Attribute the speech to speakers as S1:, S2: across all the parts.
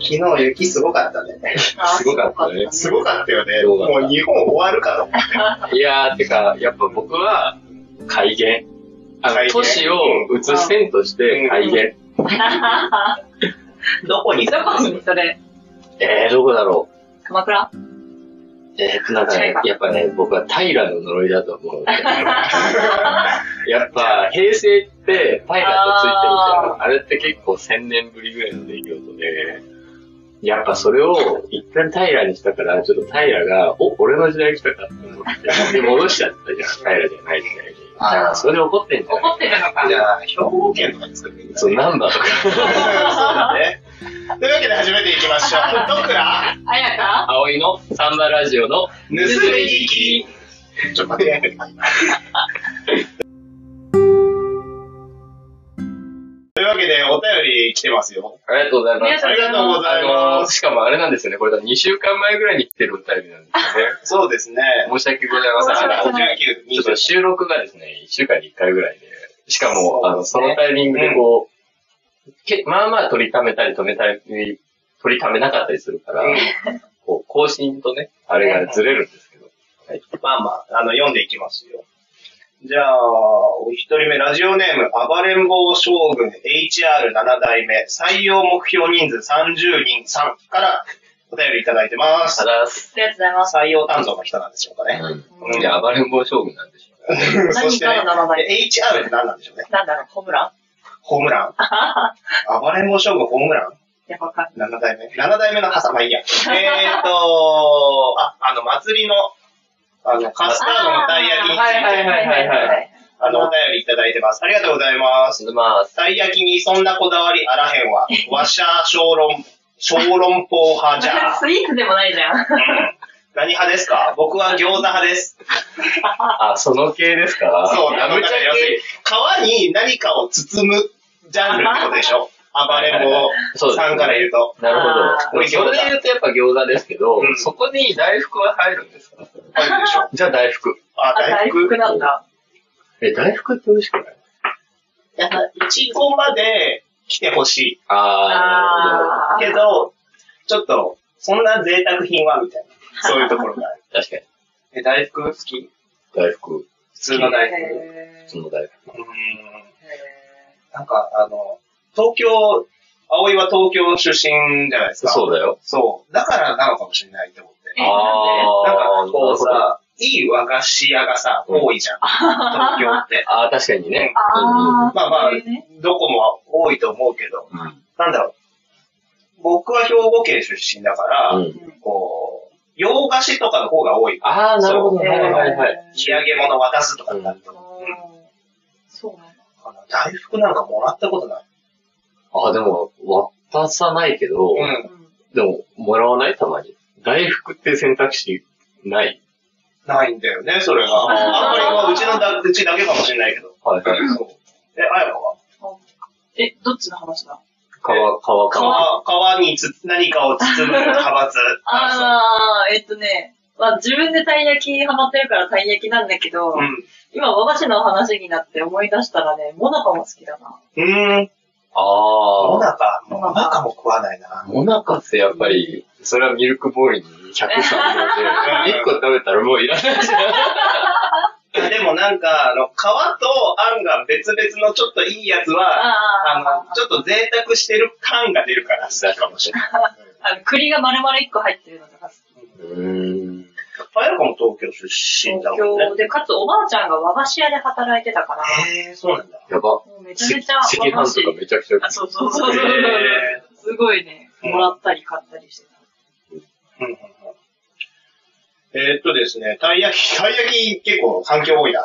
S1: 昨日雪すごかった ね。
S2: あー
S3: すごかったね
S1: すごかったよね。
S3: すごかった
S1: もう日本終わるかと思っ
S3: いやー、てか、やっぱ僕は、改元。あ
S1: 改
S3: の、
S1: 元
S3: 都市を移線として改 元。
S1: て。どこに
S2: どこにそれ
S3: えー、どこだろう。
S2: 鎌倉
S3: えー、なんか
S2: 違い
S3: ね
S2: ま、す
S3: やっぱね、僕は平の呪いだと 思う。やっぱ、平成って、平ってついてるじゃ
S2: あ
S3: ん。あれって結構1000年ぶりぐらいの出来事で、やっぱそれを一旦平にしたから、ちょっと平が、お、俺の時代来たかって思って、で戻しちゃったじゃん。平じゃない時代に。だからそれで怒ってんじゃない
S2: 怒ってるのか
S1: じゃあ、兵庫県とかに作ってみる
S3: そう、ナンバーとか。
S1: そうだね。というわけで始めていきましょ う。どくら
S2: あやか
S3: 葵のサンバラジオの
S1: 盗み聞き。ちょっと待って。というわけで、お便り来てますよ。
S3: ありがとうございま
S2: あり
S3: す
S1: あ。りがとうござい
S3: あの
S1: ま
S3: ー
S1: す。
S3: しかもあれなんですよね、これ2週間前ぐらいに来てるお便りなんですよね。
S1: そうですね。
S3: 申し訳ございません。
S2: 申し
S3: あ
S2: 訳
S3: の
S2: ない
S3: ちょっと収録がですね、1週間に1回ぐらいで、しか
S1: そ
S3: も、
S1: う
S3: あの、
S1: です
S3: そ
S1: ね
S3: のタイミングでこう、けまあまあ取りためたり止めたり、取りためなかったりするから、こう更新とね、あれがずれるんですけど。
S1: まあまあ、あの、読んでいきますよ。じゃあ、お一人目、ラジオネーム、暴れん坊将軍 HR7 代目、採用目標人数30人さんからお便りいただいてます
S3: た。だす。
S2: ありがとうございます
S1: 採用担当の人なんでしょうかね。
S3: うん。いや、暴れん坊将軍なんでしょうね。
S1: そ
S2: 何
S1: して、
S2: かの
S1: ね、
S2: 名前
S1: HR って何なんでしょうね。
S2: なんだろうホムラ
S1: ホーム ラン。暴れん坊将軍ホームラン
S2: ンやばか
S1: ?7 代目 ?7 代目の傘、まあいいや。え ーと、あ、あの、祭りの、あの、カスタードのタイヤについて、
S2: あーはいはいはいはいはいはい
S1: あの、お便りいただいてます。ありがとうございます。
S3: 進みます。
S1: たい焼きにそんなこだわりあらへん わ。わしゃー小籠、小籠包派じ ゃ。
S2: スイーツでもないじゃ
S1: う
S2: ん
S1: ん何派ですか僕は餃子派です。
S3: あ、その系ですか
S1: そう、あの、
S3: む
S1: だ
S3: ち
S1: か
S3: ゃ
S1: ら要するに
S3: 系。、
S1: 皮に何かを包むジャンルってことでしょ暴れん坊さんから言うと。
S3: なるほ
S1: あ
S3: ど。
S1: ー
S3: それで言うとやっぱ餃子ですけど、
S1: うん
S3: そこに大福は入るんですか
S1: あるでしょ
S3: じゃあ大福。
S1: あ、
S2: あ
S1: 大
S2: 大
S1: 福
S2: 福。なんだ
S3: え、大福って美味しくない
S1: やっぱいちごまで来てほし
S3: あ
S1: い。けど、ちょっと、そんな贅沢品はみたい な。そういうところがある。
S3: ー、なるほど。確かに。
S1: え、大福好き
S3: 大福。
S1: 普通の大福。
S2: へ
S3: その大福。
S1: うーん。
S2: ーへ
S1: なんか、あの、東京、葵は東京出身じゃないですか。う。
S3: そうだよ。
S1: そう。だからなのかもしれないと思って。
S2: えな
S1: なん
S3: あー、
S1: か、こうさ、いい和菓子屋がさ、
S3: うん
S1: 多いじゃん。東京 って。
S3: あー、確かにね。
S2: あー
S1: まあまあ
S2: そういうね、
S1: どこも多いと思うけど、
S3: うん。
S1: なんだろう。僕は兵庫県出身だから、
S3: うん
S1: こう、洋菓子とかの方が多い。
S3: あー、なるほど。
S1: そう
S3: はいはいはい。
S1: 仕上げ物渡すとかになると
S2: あ
S1: 思う。うん
S2: ーそうなんだ
S1: あの大福なんかもらったことない。
S3: あー、でも、渡さないけど、
S1: うん。
S2: うん
S3: でも、もらわないたまに。大福って選択肢ない。
S1: ないんだよね、それが。
S3: あー
S1: あんまり、まあうちのだ、うちだけかもしれないけど。
S3: はいはい。
S1: そう。え、あやかは
S2: え、どっちの話だ
S3: 皮、皮、皮。
S1: 皮、皮につ何かを包む派閥。
S2: あー、えっとね、まあ自分でたい焼きハマってるからたい焼きなんだけど、
S1: うん。
S2: 今和菓子の話になって思い出したらね、モナカも好きだな。
S1: うーん。
S3: あ
S1: も
S3: ー。
S1: なか、もなかも食わないな。
S3: モナカってやっぱり、それはミルクボーイに103なので、1個食べたらもういらないじゃん。
S1: でもなんか、あの、皮とあんが別々のちょっといいやつは、あ
S2: あ
S1: の、ちょっと贅沢してる感が出るから好きかもしれない。
S2: ー、あの栗が丸々一個入ってるのが好き。
S3: うん。
S1: あやかも東京出身だ
S2: 東
S1: もんね
S2: 京。で、かつおばあちゃんが和菓子屋で働いてたから、
S1: へー、そうなんだ。
S3: やば。
S2: もうめちゃ
S3: 赤
S2: めちゃ
S3: 赤
S2: 和菓
S3: 飯
S2: 子
S3: とか。めちゃくちゃ。
S2: あ、そうそうそうそうそう。
S1: へ
S2: すごいね、もらったり買ったりして
S1: う
S2: た。
S1: んうんうんえーっとですね、たい焼き、たい焼き結構反響多いな。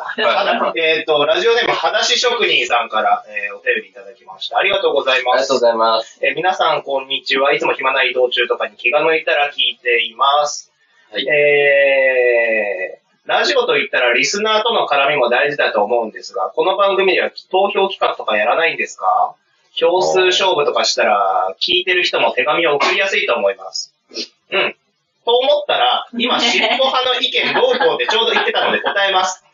S3: は
S1: えーっと、ラジオネーム、はだし職人さんから、えーお便りいただきました。ありがとうござい
S3: あり
S1: ま
S3: が
S1: す
S3: とう。ございます。
S1: えー皆さん、こんにちは。いつも暇な移動中とかに気が向いたら聞いています。
S3: はい
S1: えー、ラジオといったらリスナーとの絡みも大事だと思うんですが、この番組では投票企画とかやらないんですか票数勝負とかしたら、聞いてる人も手紙を送りやすいと思います。うん。と思ったら、今、尻 尾派の意見どうこうでちょうど言ってたので答えます。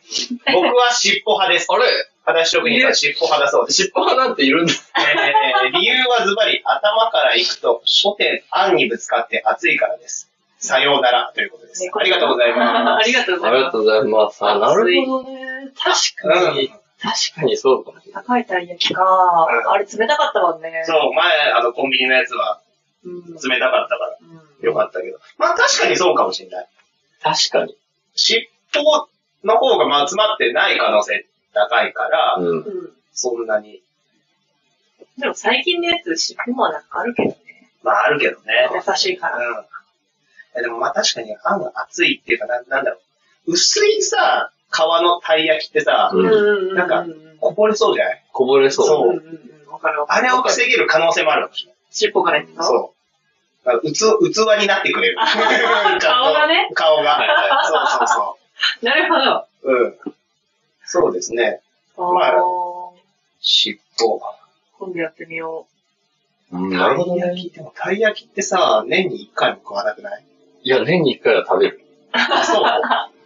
S1: 僕は尻尾派です。
S3: あれ
S1: 話職人さん、尻尾派だそうです。
S3: 尻尾派なんているんだ。
S1: えー理由はズバリ、頭から行くと、書店、案にぶつかって熱いからです。さようならということです。ありがとうございま
S2: ありがとうござ
S3: あ
S2: い
S3: り
S2: ま
S3: が
S2: す。
S3: とうございます。あ、なるほどね。
S1: す。
S3: 確かに、確かにそうかもしれない。
S2: 高いたい焼きか。あれ冷たかったもんね。
S1: そう、前、あの、コンビニのやつは
S2: うん。
S1: 冷たかったから、
S2: うん
S1: よかったけど。まあ確かにそうかもしれない。
S3: 確かに。
S1: 尻尾の方がまあ詰まってない可能性高いから、
S3: うん。
S2: うん
S1: そんなに。
S2: でも最近のやつ、尻尾もなんかあるけどね。
S1: まああるけどね。
S2: 優しいから。
S1: うん。でもまあ確かにあんが厚いっていうかな、なんだろう。薄いさ、皮のたい焼きってさ、
S3: うん
S2: うん
S1: なんか
S2: うんうん
S1: こぼれそうじゃない
S3: こぼれそう。
S1: そう
S2: うんうんうんわかるわか
S1: あ
S2: る。
S1: れを防げる可能性もあるかもしれない。
S2: 尻尾からいくの
S1: そう。だからうつ、器になってくれる。 ちゃんと
S2: 顔がね。
S1: 顔が。
S3: はいは
S1: そうそうそ
S2: なるほど。
S1: う。うん。そうですね。まあ
S2: あー
S1: 尻尾。
S2: 今度やってみよ。
S3: うん
S1: たい焼き、でもたい焼きってさ、年に一回も食わなくない
S3: いや、年に一回は食べる。
S1: あ、そう。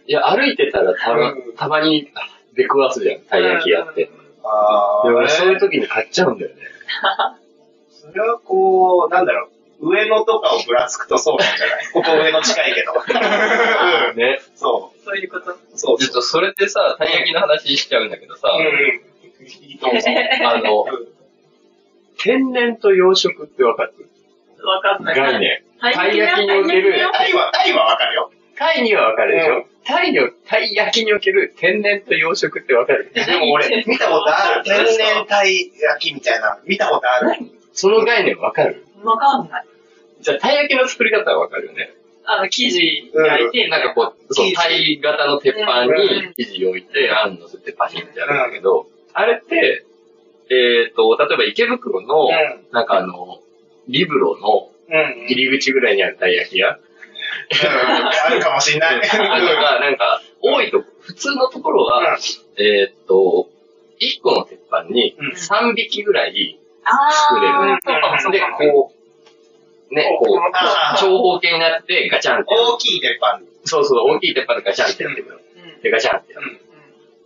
S3: いや、歩いてたらたま
S1: うん、
S3: たまにあ出くわすじゃん、たい焼き屋って。で、
S1: あー
S3: 俺そういう時に買っちゃうんだよね。
S1: それはこう、なんだろう、上野とかをぶらつくとそうなんじゃない ここ上野近いけど。うん
S3: ね。
S1: そう
S2: そういうこと。
S1: う。そう
S3: ちょっ
S1: そう。
S3: とそれでさ、たい焼きの話しちゃうんだけどさ、
S1: うんうん。いいと思う。
S3: あの、 天然と養殖って分かる
S2: わかんない。
S3: 概念。
S2: たい
S3: たい焼きに
S2: お
S3: おける
S1: タイは、タイはわかるよ。
S3: タイには分かるでし
S1: う
S3: ょタイの、タイ焼きにおける天然と養殖って分かる
S1: でも 俺、見たことある。天然たい焼きみたいな、見たことある。
S3: その概念分かる
S2: わかんない。
S3: じゃあ、たい焼きの作り方は分かるよね。
S2: あの、生地焼いて、
S3: なんかこう、そう、
S1: 生地
S3: タイ型の鉄板
S2: うん
S3: に生地を置いて、あん乗せてパシンってやるんだけど、あれって、えっ、と、例えば池袋の、
S1: う
S3: なんかあの、リブロの
S1: うん。
S3: 入り口ぐらいにあるたい焼き屋
S1: あるかもしん ない。
S3: あとか、なんか、多いとこ、普通のところは、えーっと、1個の鉄板に
S1: うん
S3: 3匹ぐらい作れる。
S2: あー、そうかも、そう
S3: で
S2: かも。、
S3: こう、ね、こう、
S1: あー
S3: 長方形になってガチャンって。
S1: 大きい鉄板。
S3: そうそう、大きい鉄板でガチャンってやってくる。
S2: うんうん
S3: で、ガチャンってやる。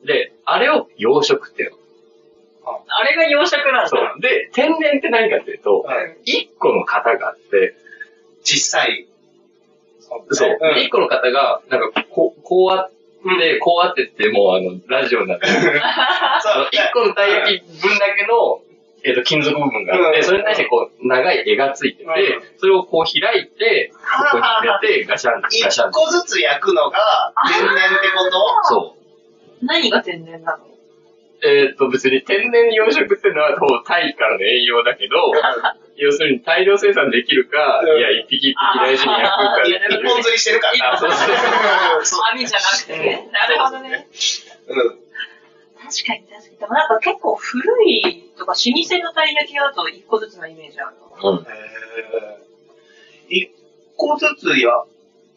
S3: で、あれを養殖っていうの。
S2: あれが養殖なんだ。
S3: そう。で、天然って何かっていうと、
S1: うん
S3: 1個の型があって、
S1: 実際。
S3: そう。
S1: ん
S3: 1個の型が、なんか、こう、こうあって、こうあってって、もうあの、ラジオになって
S1: そ
S3: 一個のたい焼き分だけの、えっと金属部分があ
S1: う
S3: っ
S1: ん
S3: て、それに対してこう、長い絵がついてて
S1: う、
S3: それをこう開いて、ここに入れて、ガシャン、ガシャ
S1: 一
S3: ン。
S1: 個ずつ焼くのが天然ってこと
S3: そ
S2: 何が天然なの
S3: う。えっと、別に天然養殖ってのは、こう、タイからの栄養だけ ど、要するに大量生産できるか、
S1: うん
S3: いや、一匹一匹大事に焼くか
S2: あ
S3: っ
S2: ー
S3: て
S1: 一
S3: いう
S1: 本釣りしてるか
S3: あ
S1: ら。
S3: そうそう
S1: そ
S2: 網じゃなくてね。なるほどね。
S1: ううん
S2: 確かに確かに。でもなんか結構古いとか老舗のたい焼き屋だと一個ずつのイメージあるの。
S3: うん
S1: えー一個ずつや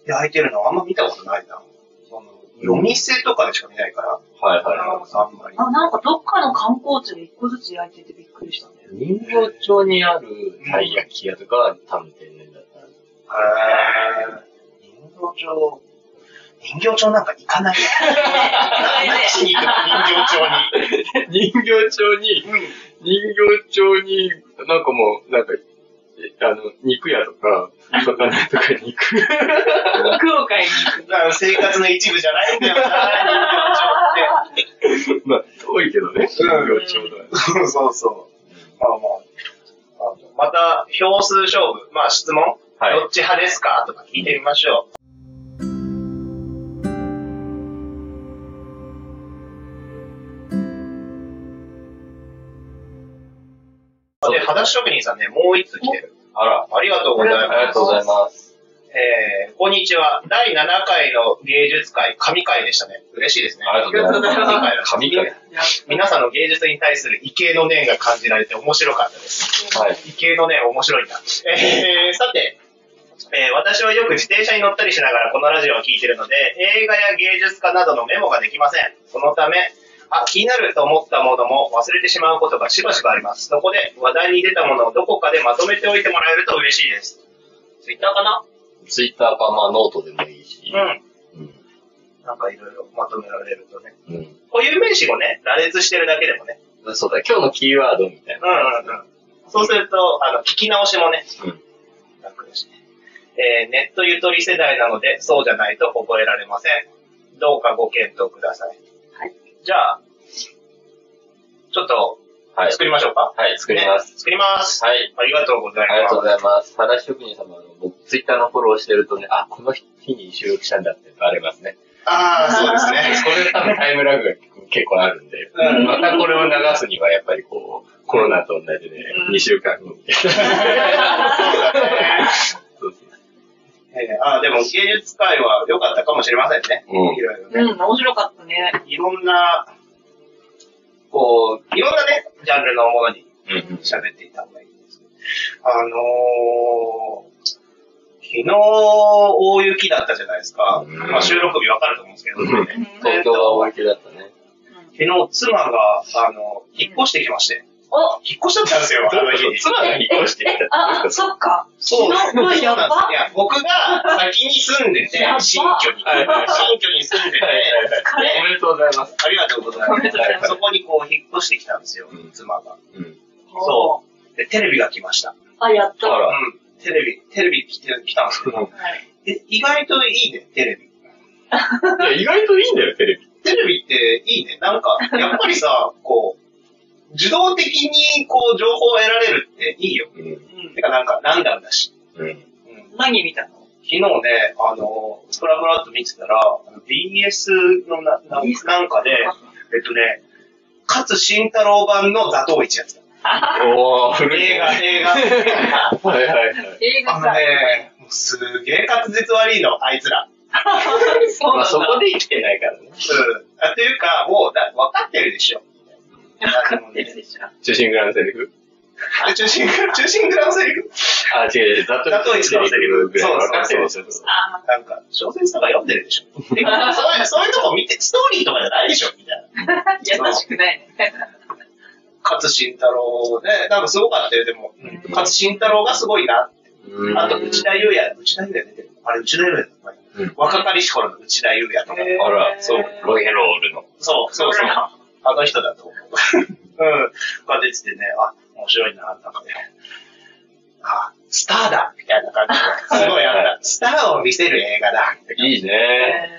S1: 焼いてるのあんま見たことないな。その夜店とかでしか見ないから、
S3: はい
S1: あ
S3: は
S1: んまり。
S2: あ、なんかどっかの観光地で一個ずつ焼いててびっくりしたんだよ
S3: い。人形町にあるたい焼き屋とかは、多分天然だった。
S1: へー人形町、人形町なんか行かない。何しに行くの人
S3: 人形町に、
S1: 形町に。うん
S3: 人形町に、なんかもう、なんか、えあの、肉屋とか、魚屋とかに行く。
S2: 福岡に行く。
S1: だから生活の一部じゃないんだよな、人
S3: まあ、遠いけどね、人形町だ。
S1: 形町って。そうそうそう。まあまあ。あのまた、票数勝負。まあ質問、
S3: はい
S1: どっち派ですかとか聞いてみましょう。で、裸足職人さんね、もう一つ来てる。
S3: あら、
S1: ありがとうござい
S3: あ
S1: ます。
S3: りがとうございます。
S1: えー、こんにちは。第7回の芸術会、神会でしたね。嬉しいですね。
S3: ありがとうござい
S2: ありがとうござ
S1: い
S3: ま。
S1: ますす
S3: 神回。
S2: いや
S1: 皆さんの芸術に対する異形の念が感じられて面白かったです。
S3: はい。
S1: 異形の念面白いな。えー、さて、えー私はよく自転車に乗ったりしながらこのラジオを聴いてるので、映画や芸術家などのメモができません。そのため、あ、気になると思ったものも忘れてしまうことがしばしばあります。そこで話題に出たものをどこかでまとめておいてもらえると嬉しいです。ツイッターかな
S3: ツイッターか、まあ、ノートでもいいし。
S1: うん。
S3: うん。
S1: なんかいろいろまとめられるとね。
S3: うん。
S1: 固有名詞をね、羅列してるだけでもね。
S3: そうだ、今日のキーワードみたい
S1: うんうんうん。そうすると、あの、聞き直しもね、
S3: な。うん。
S1: 楽だしね。えーネットゆとり世代なので、そうじゃないと覚えられません。どうかご検討ください。
S2: はい。
S1: じゃあ、ちょっと、
S3: はい。
S1: 作りましょうか。
S3: はい、作ります。
S1: ね作ります。
S3: はい。
S1: ありがとうござい
S3: ありが
S1: ま
S3: とう
S1: す
S3: ご。ざいます。ただ職人様の、僕、ツイッターのフォローしてるとね、あ、この日に収録したんだっていうのがありますね。
S1: あそうですね。
S3: それ多分タイムラグが結構あるんで、
S1: うん
S3: またこれを流すにはやっぱりこう、コロナと同じで
S1: う、ん
S3: 2週間後みたい
S1: えー あーでも芸術界は良かったかもしれませんね。
S3: な。う
S1: いろいろね。
S2: うん、面白かったね。
S1: いろんな、こう、いろんなね、ジャンルのものに
S3: ん。うん。
S1: 喋っていた方がいいんですけど。あのー、昨日、大雪だったじゃないですか。
S3: うん
S1: まあ収録日わかると思うんですけど、
S3: う
S1: ね
S3: ん東京は大雪だったね。
S1: 昨日、妻が、あの、引っ越してきまして。
S2: お
S1: 引っ越しちゃったんですよ、あの日。
S3: 妻が引っ越してき
S2: え、
S3: た
S2: あ、あそっか。
S1: そう
S2: 昨日
S1: そうなんですよ。
S2: やば
S1: いや、僕が先に住んでて
S2: や、ば
S1: 新居に。
S3: はいはい
S1: 新居に住んでて、
S2: 疲れ
S3: おめでとうございます。
S1: ありがとうございま。
S2: おめでとうございます
S3: す
S1: そこにこう、引っ越してきたんですよ
S3: うん、
S1: 妻が。
S3: うん。
S1: そで、テレビが来ました。
S2: う。あ、やっ
S3: あ
S2: た。
S3: ら
S1: う。ん。テレビ、テレビ来て来たんですけど、
S2: はい
S1: え意外といいね、テレビ。
S3: いや、意外といいんだよ、テレビ。
S1: テレビっていいね。なんか、やっぱりさ、こう、自動的にこう、情報を得られるっていいよ。
S3: うん。
S1: てかなんか、ランダムだし。
S3: うん。
S1: うん。
S2: 何見たの
S1: 昨日ね、あの、ふらふらっと見てたら、あの BS のなな
S2: BS
S1: なんかで、えっとね、勝新太郎版の座頭市やってた。
S3: おー、古いね。
S1: 映画、映画。
S3: はいはいはい。
S2: 映
S1: あ
S2: 画
S1: の
S2: さ。
S1: ね、もうすげえ滑舌悪いの、あいつら。
S2: そう
S3: ま
S2: な
S3: あ
S2: ん
S3: そこ
S2: だ。
S3: で生きてないからね。
S1: うん。あというか、もうだ分かってるでしょ。
S2: 分かってるでしょ。
S3: 中心蔵のセリフ
S1: あ中心、 中心蔵のセリフ
S3: あ、違う違う。ざっ
S1: ざっと一のセリフ
S3: ぐらい分かってるでしょ。
S2: あ
S1: なんか、小説とか読んでるでし ょ。てかそういう、そういうとこ見て、ストーリーとかじゃないでしょ、みたいな。
S2: ー、優しくないね。
S1: 勝新太郎ね、なんかすごかったよ、でも。うん
S3: うん
S1: 勝新太郎がすごいな
S3: うん
S1: あと、内田裕也、内田裕也出てる。あれ、内田裕也だったの
S3: うん
S1: 若かりし頃の内田裕也とか。
S3: あら、
S1: そう
S3: ロイヘロールの。
S1: そう、そうそう。あの人だと思う。 うん。が出ててね、あ、面白いな、なんかね。あ、スターだみたいな感じで。すごいあった。スターを見せる映画だって
S3: いいね。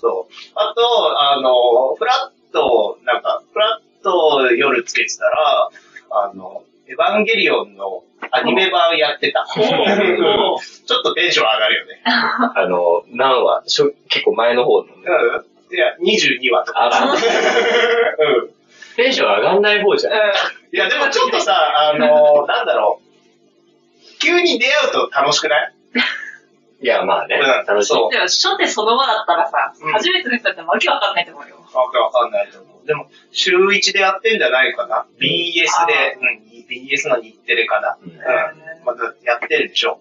S1: そう。あと、あの、フラット、なんか、フラット夜つけてたら、あの、エヴァンゲリオンのアニメ版やってた。ちょっとテンション上がるよね。
S3: あの、何話しょ結構前の方のね。
S1: うん。いや、22話とか。
S3: あら、
S1: うん。
S3: テンション上がんない方じゃん。
S1: いや、でもちょっとさ、あの、なんだろう。急に出会うと楽しくない
S3: いや、まあね
S1: うん。
S3: 楽しい。
S1: そう
S2: でも、初手その場だったらさ
S1: うん、
S2: 初めての人だったらわけわかんないと思うよ。
S1: わけわかんないと思う。でも、週1でやってんじゃないかな。BS で、うん、BS の日テレかな。
S3: うん
S1: うん。まだやってるでしょ。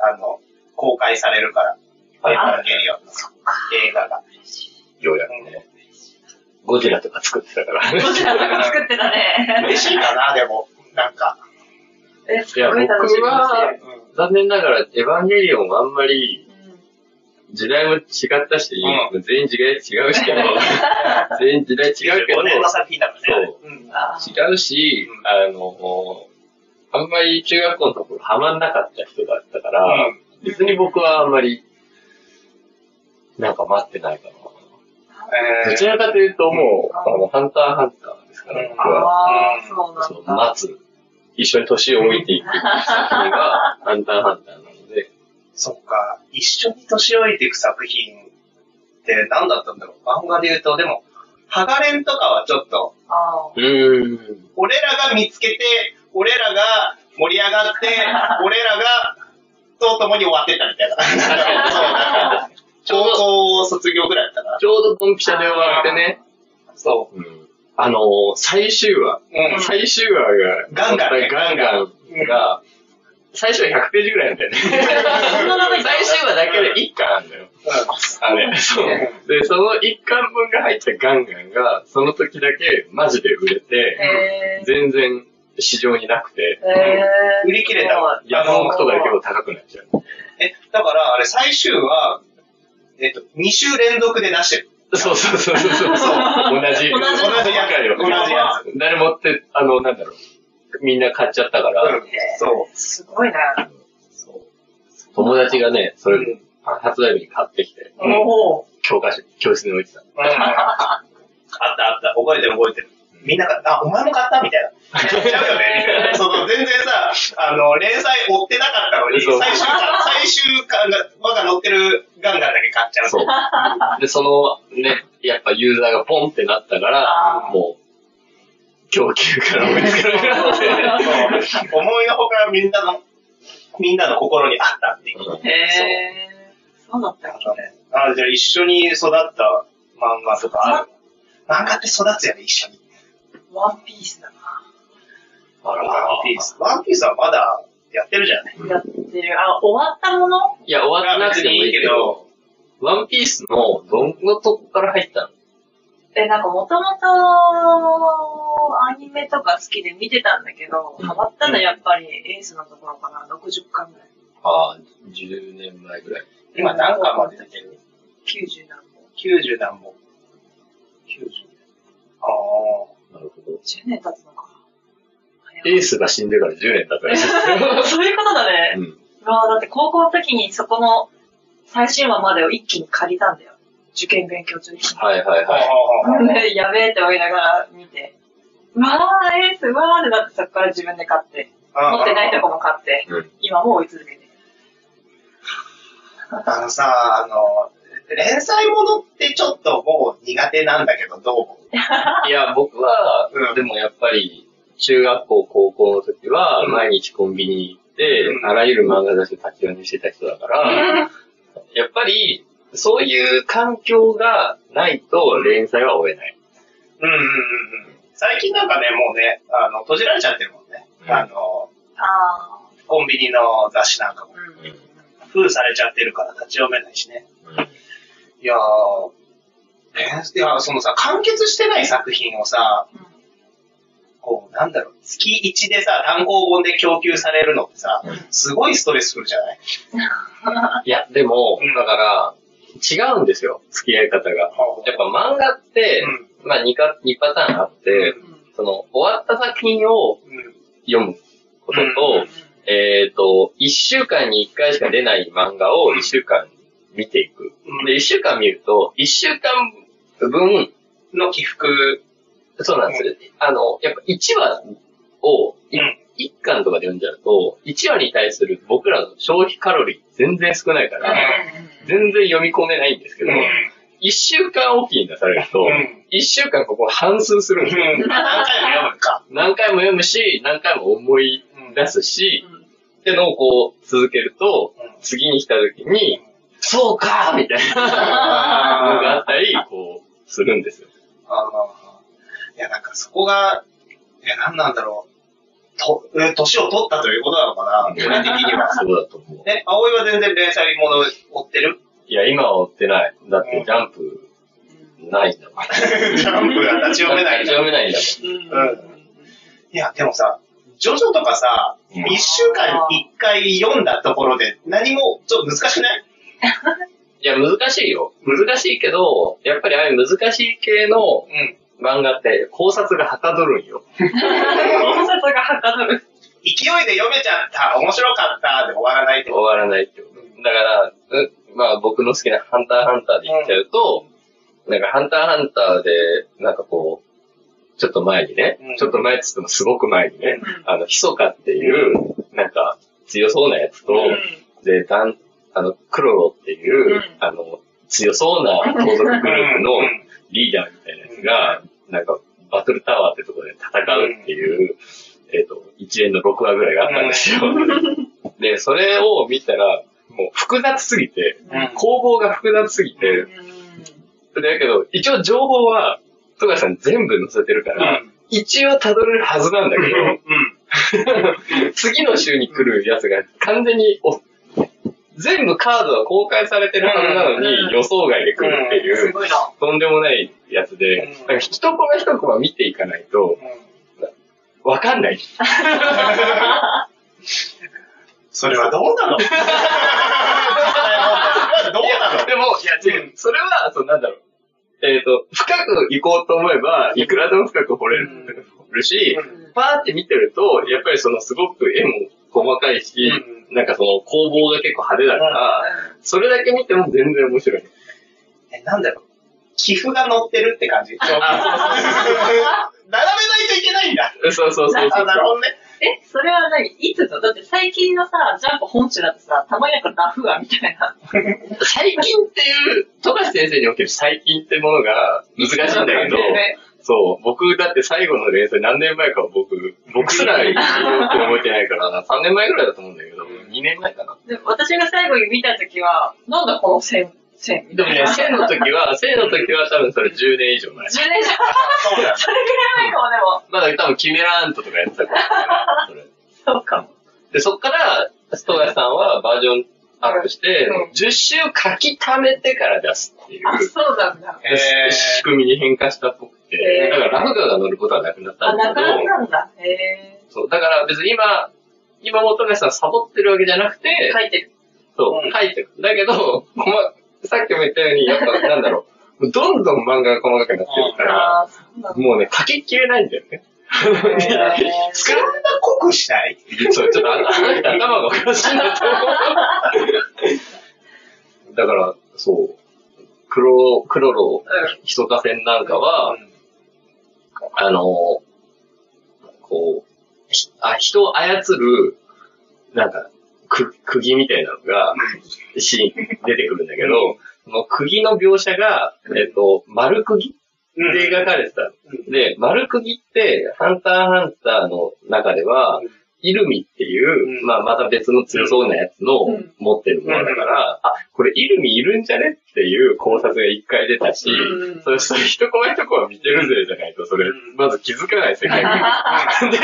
S1: あの、公開されるから。
S3: はい
S1: エヴ
S3: は
S1: ァンゲリオンの映画が。
S3: い。ようやくね。ゴジラとか作ってたから。
S2: どちらとか作ってたね。
S1: 嬉しいかな、でも。なんか。
S2: え、
S3: い
S2: す
S3: や、
S2: ごい
S3: 僕
S2: 楽しみにして
S3: は
S2: る。、
S1: うん。
S3: 残念ながら、エヴァンゲリオンはあんまり、時代も違ったし、
S1: う
S3: 全員時代違う しけど、全員時代違うけど、
S1: 5年の作品だからね。う。ん。
S2: あー
S3: 違うし
S1: う、ん
S3: あの、あんまり中学校のところハマんなかった人だったから、
S1: うん
S3: 別に僕はあんまり、なんか待ってないかな。
S1: えー
S3: どちらかというともう、あの、ハンターハンターですから、僕は。
S2: あー、そう
S3: そ
S2: な
S3: う、
S2: んだ。
S3: 待つ。一緒に年を置いていくっていう作品 が、ハンターハンターなので、
S1: そっか、一緒に年老いていく作品って何だったんだろう漫画で言うと、でも、ハガレンとかはちょっと、
S2: あ
S3: うーん。
S1: 俺らが見つけて、俺らが盛り上がって、俺らが、と共に終わってたみたいな。そう なんか高校卒業ぐらいだったか
S3: ちょうどドンピシャで終わってね、
S1: ら。そ
S3: うんあのー最終話、
S1: う。うん。
S3: 最終話が、
S1: ガンガンね
S3: ガンガンが、最初は100ページぐらいなんだよね。
S2: そんな長いんだ
S3: 最終話だけで1巻あんだよ。あれ、そう。で、その1巻分が入ったガンガンが、その時だけマジで売れ
S2: ー。
S3: て、
S2: えー。
S3: 全然市場になくて、
S2: えー
S1: 売り切れたわ
S3: 山奥とかで結構高くなっちゃう。
S1: え、だから、あれ最終は、えっと、2週連続で出してる。
S3: そうそうそう そうそう。同じ。
S2: 同じ
S1: 同じや
S3: かよ。
S1: 同じやつ。
S3: 誰もって、あの、なんだろう。みんな買っちゃったから、
S1: うんそう。
S2: すごいな。
S3: 友達がね、そうれ、
S1: ん
S3: 発売日に買ってきて、
S1: うん
S2: お お。
S3: 教科書、教室に置いてた。
S1: うんあったあった。覚えてる覚えてる。みんなが、あ、お前も買ったみたいな。やっちゃうよ ね。 その、全然さ、あの、連載追ってなかったのに、
S3: そう
S1: 最終巻、最終巻が、我が乗ってるガンガンだけ買っちゃう。
S3: そうう。で、その、ね、やっぱユーザーがポンってなったから
S2: あ、ー
S3: もう、供給から追いつかなくなって
S1: そう思いのほかみんなの、みんなの心にあったっていう。
S3: うん
S2: へえ。そうだったよね。
S1: あ、じゃあ一緒に育った漫画とかある漫画って育つよね、一緒に。
S2: ワンピースだな。
S3: あら
S1: ワンピース。ワンピースはまだやってるじゃない。
S3: うん
S2: やってる。あ、終わったもの
S3: いや、終わってなくてもいいけど、ワンピースのどのとこから入ったの
S2: え、なんかもともと、アニメとか好きで見てたんだけど、
S3: うん
S2: ハマったのやっぱりエースのところかな。60巻ぐらい。
S3: ああ、10年前ぐらい。
S1: 今何巻まで出てる
S2: 90何本。
S1: ?90 何本。90。ああ。
S3: なるほど。
S2: 10年経つのか。
S3: エースが死んでから10年経ったらしい。
S2: 早いそういうことだね。
S3: うん。
S2: うわあだって高校の時にそこの最新話までを一気に借りたんだよ。受験勉強中に。
S3: はいはい
S1: は
S3: はい。
S1: い。
S2: で やべえって思いながら見て。うわあエース、うわあってなってそこから自分で買って。持ってないとこも買って、
S3: うん。
S2: 今も追い続けてる。
S1: あのさ、あの、連載ものってちょっともう苦手なんだけど、どう思
S3: いや、僕は、
S1: うん
S3: でもやっぱり、中学校、高校の時は、
S1: うん
S3: 毎日コンビニに行って、
S1: うん
S3: あらゆる漫画雑誌を立ち読みしてた人だから、やっぱり、そういう環境がないと連載は終えない。
S1: ううんうんうんうん。最近なんかね、もうね、あの、閉じられちゃってるもんね。
S3: うん
S1: あの、
S2: ああ。
S1: コンビニの雑誌なんかも
S2: う。ん。
S1: 封されちゃってるから立ち読めないしね。いやー、連いや、そのさ、完結してない作品をさ、
S2: うん
S1: こう、なんだろう、月1でさ、単行本で供給されるのってさ
S3: うん、
S1: すごいストレスフルじゃない
S3: いや、でも、
S1: うん
S3: だから、違うんですよ、付き合い方が。やっぱ漫画って、まあ2か、二パターンあって、
S1: う
S3: その、終わった作品を
S1: うん。うん。
S3: 読むこと
S1: う
S3: と、
S1: ん
S3: えっ、と、1週間に1回しか出ない漫画を1週間見ていく。
S1: うん
S3: で、1週間見ると、1週間分、
S1: の起伏、
S3: そうなんですよ。あの、やっぱ1話をい、
S1: うん
S3: 一1巻とかで読んじゃうと、1話に対する僕らの消費カロリー全然少ないから、全然読み込めないんですけど、一週間おきに出されると
S1: うん、
S3: 一週間ここ半数するんですよ。
S1: うん何回も読むか。
S3: 何回も読むし、何回も思い出すし、
S2: うん
S3: ってのをこう続けると
S1: うん、
S3: 次に来た時に、そうかみたいなのがあったり、こう、するんですよ。
S1: あーいや、なんかそこが、いや、なんなんだろう。と、え年を取ったということなのかな、
S3: うん
S1: 俺的に は。
S3: そうだと思う。
S1: え、葵は全然連載もの追ってる
S3: いや、今は追ってない。だってジャンプないんだもん。
S1: ジャンプが立ち読めない。
S3: 立ち読めないんだ
S2: うん
S1: いや、でもさ、ジョジョとかさ、
S3: うん
S1: 一週間に一回読んだところで、何も、ちょっと難しくない
S3: もん。いや、難しいよ。難しいけど、やっぱりああいう難しい系の
S1: うん。
S3: 漫画って考察がはかどるんよ。
S2: 考察がはかどる。
S1: 勢いで読めちゃった、面白かった、で終わらないって
S3: 終
S1: こ
S3: わらないってこと。だから、うんまあ僕の好きなハンターハンターで言っちゃうと、なんかハンターハンターで、なんかこう、ちょっと前にね、
S1: うん
S3: ちょっと前って言ってもすごく前にね、
S2: う
S3: あの、ヒソカっていう、なんか強そうなやつと、
S1: うん
S3: で、ダン、あの、クロロっていう、
S2: うん
S3: あの、強そうな盗賊グループの
S1: うん
S3: リーダーみたいなやつが、なんか、バトルタワーってところで戦うっていう、えっ、と、一連の6話ぐらいがあったんですよ。 で、それを見たら、もう複雑すぎて、
S1: うん
S3: 攻防が複雑すぎて、だけど、一応情報は、富樫さん全部載せてるか
S1: と。う
S3: ら、
S1: ん。
S3: 一応辿れるはずなんだけ
S1: うん。
S3: ど、 次の週に来るやつが完全にお、全部カードは公開されてるはずなの
S2: うん
S3: に、予想外で来るって
S2: す
S3: いう、
S2: ごいな。
S3: とんでもないやつで
S1: うん、
S3: なんか一コマ一コマ見ていかないと、
S1: うん
S3: わかんない。
S1: それはどうなの実際問題それはどうなの
S3: でも、いや、違う。それは、そのなんだろう。えっ、と、深く行こうと思えば、いくらでも深く掘れる掘れるし、パーって見てると、やっぱりそのすごく絵も細かいし、
S1: う
S3: なんかその工房が結構派手だから、それだけ見ても全然面白い。
S1: え、なんだろう。寄付が乗ってるって感じ。並べない
S3: あ、
S1: といけないんだ。
S3: そうそうそうそうそ
S1: あ、
S3: う。
S1: なるほどね。
S2: え、それは何いつのだって最近のさ、ジャンプ本誌だとさ、たまになんかラフがみたいな。
S3: 最近っていう、富樫先生における最近ってものが難しいんだけ ど、
S2: ね
S3: そう、僕だって最後の連載何年前かは僕、僕すらよく覚えてないからな、3年前ぐらいだと思うんだけど、2年前かな。
S2: で私が最後に見たときは、なんだこの線、線み
S3: で
S2: た
S3: も
S2: い
S3: ね
S2: な。、
S3: 生の時は、生の時は多分それ10年以上前。
S2: 10年じゃ、
S1: そうだ。
S2: それぐらい前かも、でも。
S3: まだ多分キメラントとかやってた頃 だから、それ。
S2: そうかも。
S3: で、そっから、ストガさんはバージョンアップして、
S2: うん
S3: 10周書き溜めてから出すっていう、
S2: あ、そうなんだ。
S1: へー
S3: 仕組みに変化したっぽくて
S2: へ、ー
S3: だからラフガーが乗ることはなくなった
S2: あ、
S3: んだ
S2: な
S3: け
S2: く
S3: ど、
S2: なったんだ。へ
S3: そう、だから別に今、今も富樫さんサボってるわけじゃなくて
S2: え。、書いてる。
S3: そう、書いてる。だけど、細かさっきも言ったように、やっぱなんだろう、どんどん漫画が細かくなってるから、
S2: ああ、そうなんだ。
S3: もうね、書ききれないんだよね。
S2: へー
S1: そんな濃くしたい
S3: そう、ちょっとあのあの人頭がおかしいなと思う。だから、そう、クロ、クロロ、ヒソカ戦なんかは、あの、こう、ひあ人を操る、なんか、く、釘みたいなのが、シーン、出てくるんだけど、その釘の描写が、えっと、丸釘
S1: うん
S3: で描かれてた。
S1: う
S3: で、丸釘って、ハンターハンターの中では
S1: うん、
S3: イルミっていう、
S1: うん
S3: まあ、また別の強そうなやつの
S2: うん
S3: 持ってるものだから、あ、これイルミいるんじゃねっていう考察が一回出たし、
S2: うん
S3: それ、それ一コマ一コマ見てるぜじゃないと、それ
S1: うん、
S3: まず気づかない世界観。で、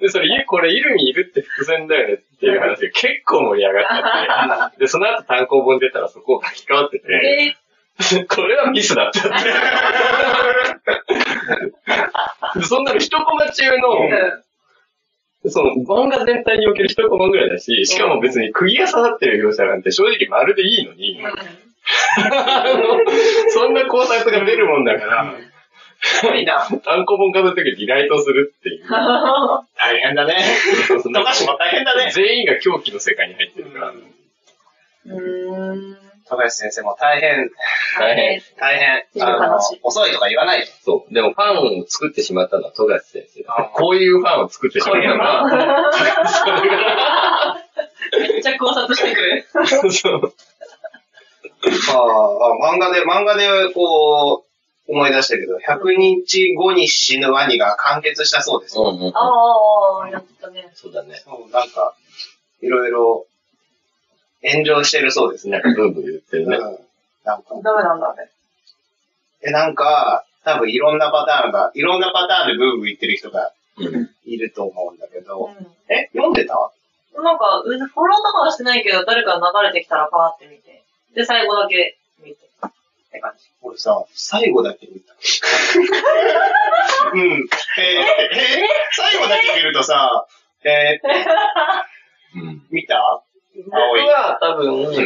S3: で、それ、いこれ、イルミいるって伏線だよねっていう話が結構盛り上がっちゃって、で、その後単行本出たらそこを書き換わって
S2: え
S3: て、これはミスだったって。そんなの一コマ中
S2: ー、
S3: の、
S2: うん
S3: その、漫画全体における一コマぐらいだし、しかも別に釘が刺さってる描写なんて正直まるでいいのに、あのそんな考察が出るもんだから、
S2: すごいな。
S3: 単行本化の時にライトするっていう。
S1: 大変だね。
S3: そう
S1: 富樫も大変だね。
S3: 全員が狂気の世界に入ってるから、
S2: うーん。
S1: 富樫先生も大変、
S3: 大変。
S1: 大変。
S2: 大変
S1: あの
S2: 悲しい、
S1: 遅いとか言わないで。
S3: そう。でもファンを作ってしまったのは富樫先生
S1: あ。
S3: こういうファンを作ってしまったのは、
S2: めっちゃ考察してくる。
S3: そう。
S1: ああ、漫画で、漫画で、こう、思い出したけど、100日後に死ぬワニが完結したそうですよ。
S3: うんうん
S2: ああ、やったね。
S3: そうだね。
S1: そう、なんか、いろいろ、炎上してるそうですね。
S3: なんかブーブー言ってる
S1: うん。な
S3: ね
S1: ん。か、
S2: ダメなんだね。
S1: え、なんか、多分いろんなパターンが、いろんなパターンでブーブー言ってる人が
S3: うん
S1: いると思うんだけど、
S2: う
S1: え、読んでた
S2: ん。なんか、別にフォローとかはしてないけど、誰か流れてきたらパーって見て。で、最後だけ見て。って感じ。
S1: 俺さ、最後だけ 見た。うん。えー、えー最後だけ見るとさ、えー、
S3: うん
S1: 見た
S3: 僕は多分、初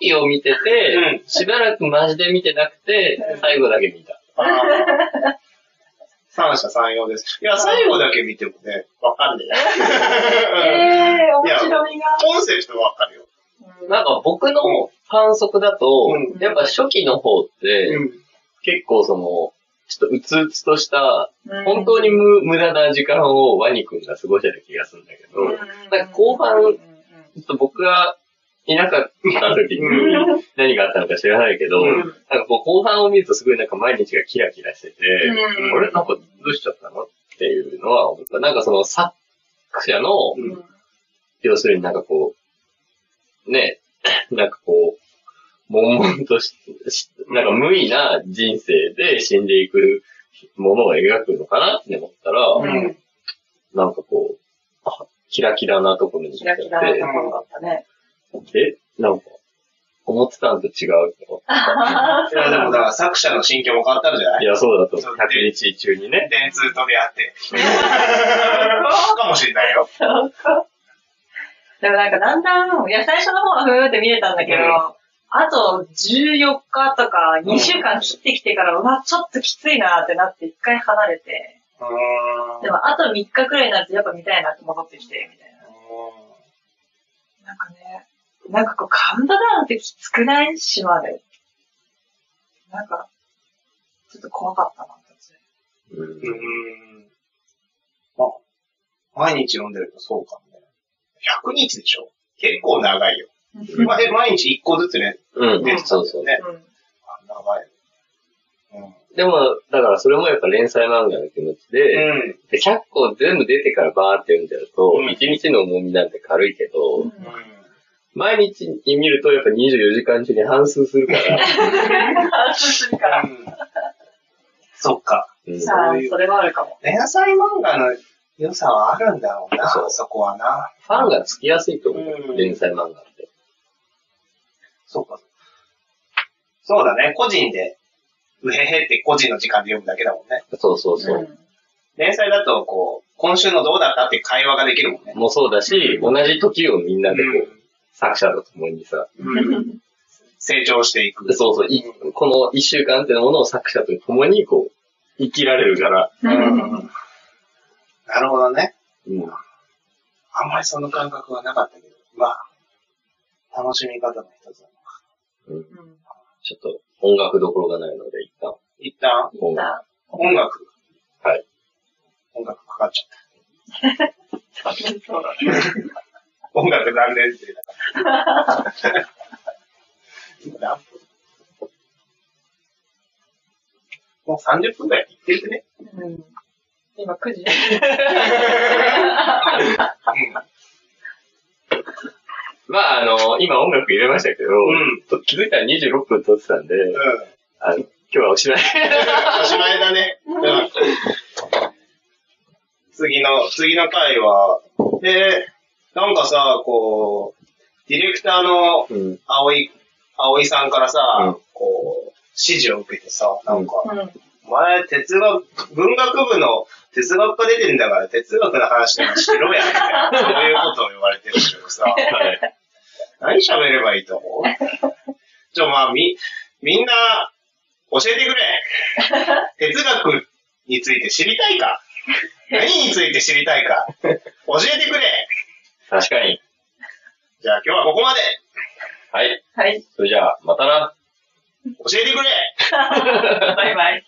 S3: 期を見てて、しばらくマジで見てなくて
S2: うん、
S3: 最後だけ見た。
S1: あー三者三様です。いや、最後だけ見てもね、わかんねえ。
S2: ええー、
S1: い
S2: 面
S1: や
S2: 白みが。
S1: コンセプトはわかるよ。
S3: なんか僕の反則だと
S1: う、
S2: ん
S3: やっぱ初期の方って、結構その、ちょっとうつうつとした、
S2: うん
S3: 本当に無無駄な時間をワニ君が過ごしてた気がするんだけど、ちょなんか後半
S2: うん
S3: っと僕がいなかった時に
S1: う
S3: 何があったのか知らないけど、
S1: うん
S3: なんかこう後半を見るとすごいなんか毎日がキラキラしてて、
S2: うん
S3: あれなんかどうしちゃったのっていうのは思った。なんかその作者の、
S1: うん
S3: 要するになんかこう、ね、 なんかこう、悶々とし、しなんか無意な人生で死んでいくものを描くのかなって思ったら、
S2: うんうん
S3: なんかこう、あキラキラなところに行っ
S2: キ
S3: ちゃ
S2: ラ
S3: って
S2: キラなところだったね。
S3: え、なんか、思ってたんと違うとか。
S1: いや、でもだから作者の心境も変わったんじゃない
S3: いや、そうだと思う。100日中にね。
S1: 電通と出会 って。かもしれないよ。
S2: でもなんかだんだん、いや最初の方はふーって見れたんだけど、あと14日とか2週間切ってきてから、うわ、ちょっときついなってなって一回離れて、
S1: うーん
S2: でもあと3日くらいになるとやっぱ見たいなって戻ってきて、みたいな。なんかね、なんかこうカウントダウンってきつくないしまで。なんか、ちょっと怖かったな、私。
S3: うん
S1: うーん。あ、毎日読んでるとそうかもね。100日でしょ結構長いよ。
S2: うん
S1: まあえ毎日1個ずつね。
S3: うん。
S1: 出てた
S3: そ
S1: ん
S3: う
S1: です
S3: そ
S1: よ
S3: う。
S1: ね。あ長い。うん。
S3: でも、だからそれもやっぱ連載漫画の気持ちで、
S1: うん。
S3: で100個全部出てからバーって読んじゃうと、
S1: うん
S3: 1日の重みなんて軽いけ
S2: う
S3: ど
S2: ん、
S3: 毎日に見るとやっぱ24時間中に半数するから、
S2: 安心するから。
S1: そっか。
S3: うん
S2: さあ、それはあるかも。
S1: 連載漫画の良さはあるんだろうな、
S3: そ
S1: そうこはな。
S3: ファンがつきやすいと思
S1: う
S3: う、
S1: ん
S3: 連載漫画って。
S1: そうか。そうだね、個人で、うへへって個人の時間で読むだけだもんね。
S3: そうそうそう。
S1: 連載だと、こう、今週のどうだったって会話ができるもんね。
S3: もうそうだし、同じ時をみんなでこう、作者と共にさ、
S1: うんうん成長していく。
S3: そうそう、いこの一週間っていうものを作者と共にこう、生きられるから、
S1: う
S2: うん
S1: んなるほどね。
S3: うん、
S1: あんまりその感覚はなかったけど、まあ、楽しみ方の一つだな。
S2: うん
S3: ちょっと音楽どころがないので、一旦、
S1: 一旦、
S3: 音楽
S2: さ
S1: 音楽。
S3: はい。
S1: 音楽かかっちゃっ
S2: あ、そうだね。
S1: た。音楽残念って言ったから。何分もう30分くらいいってるね。
S2: うん今9時。
S3: まあ、あの、今音楽入れましたけど、
S1: うん
S3: と気づいたら26分撮ってたんで、
S1: うん。うん。
S3: あの、今日はおしまい。
S1: おしまいだね。うん次の、次の回は、で、なんかさ、こう、ディレクターの
S3: うん。
S1: 葵、葵さんからさ、
S3: うん
S1: こう、指示を受けてさ、なんか、
S2: うん
S1: お前、哲学、文学部の哲学科出てんだから、哲学の話でもしろや、みたいな、そういうことを言われてるけどさ、
S3: はい。
S1: 何喋ればいいと思うちょ、まあ、み、みんな、教えてくれ。哲学について知りたいか何について知りたいか教えてくれ。
S3: 確かに。
S1: じゃあ今日はここまで。
S3: はい。
S2: はい。
S3: それじゃあ、またな。
S1: 教えてくれ。
S2: バイバイ。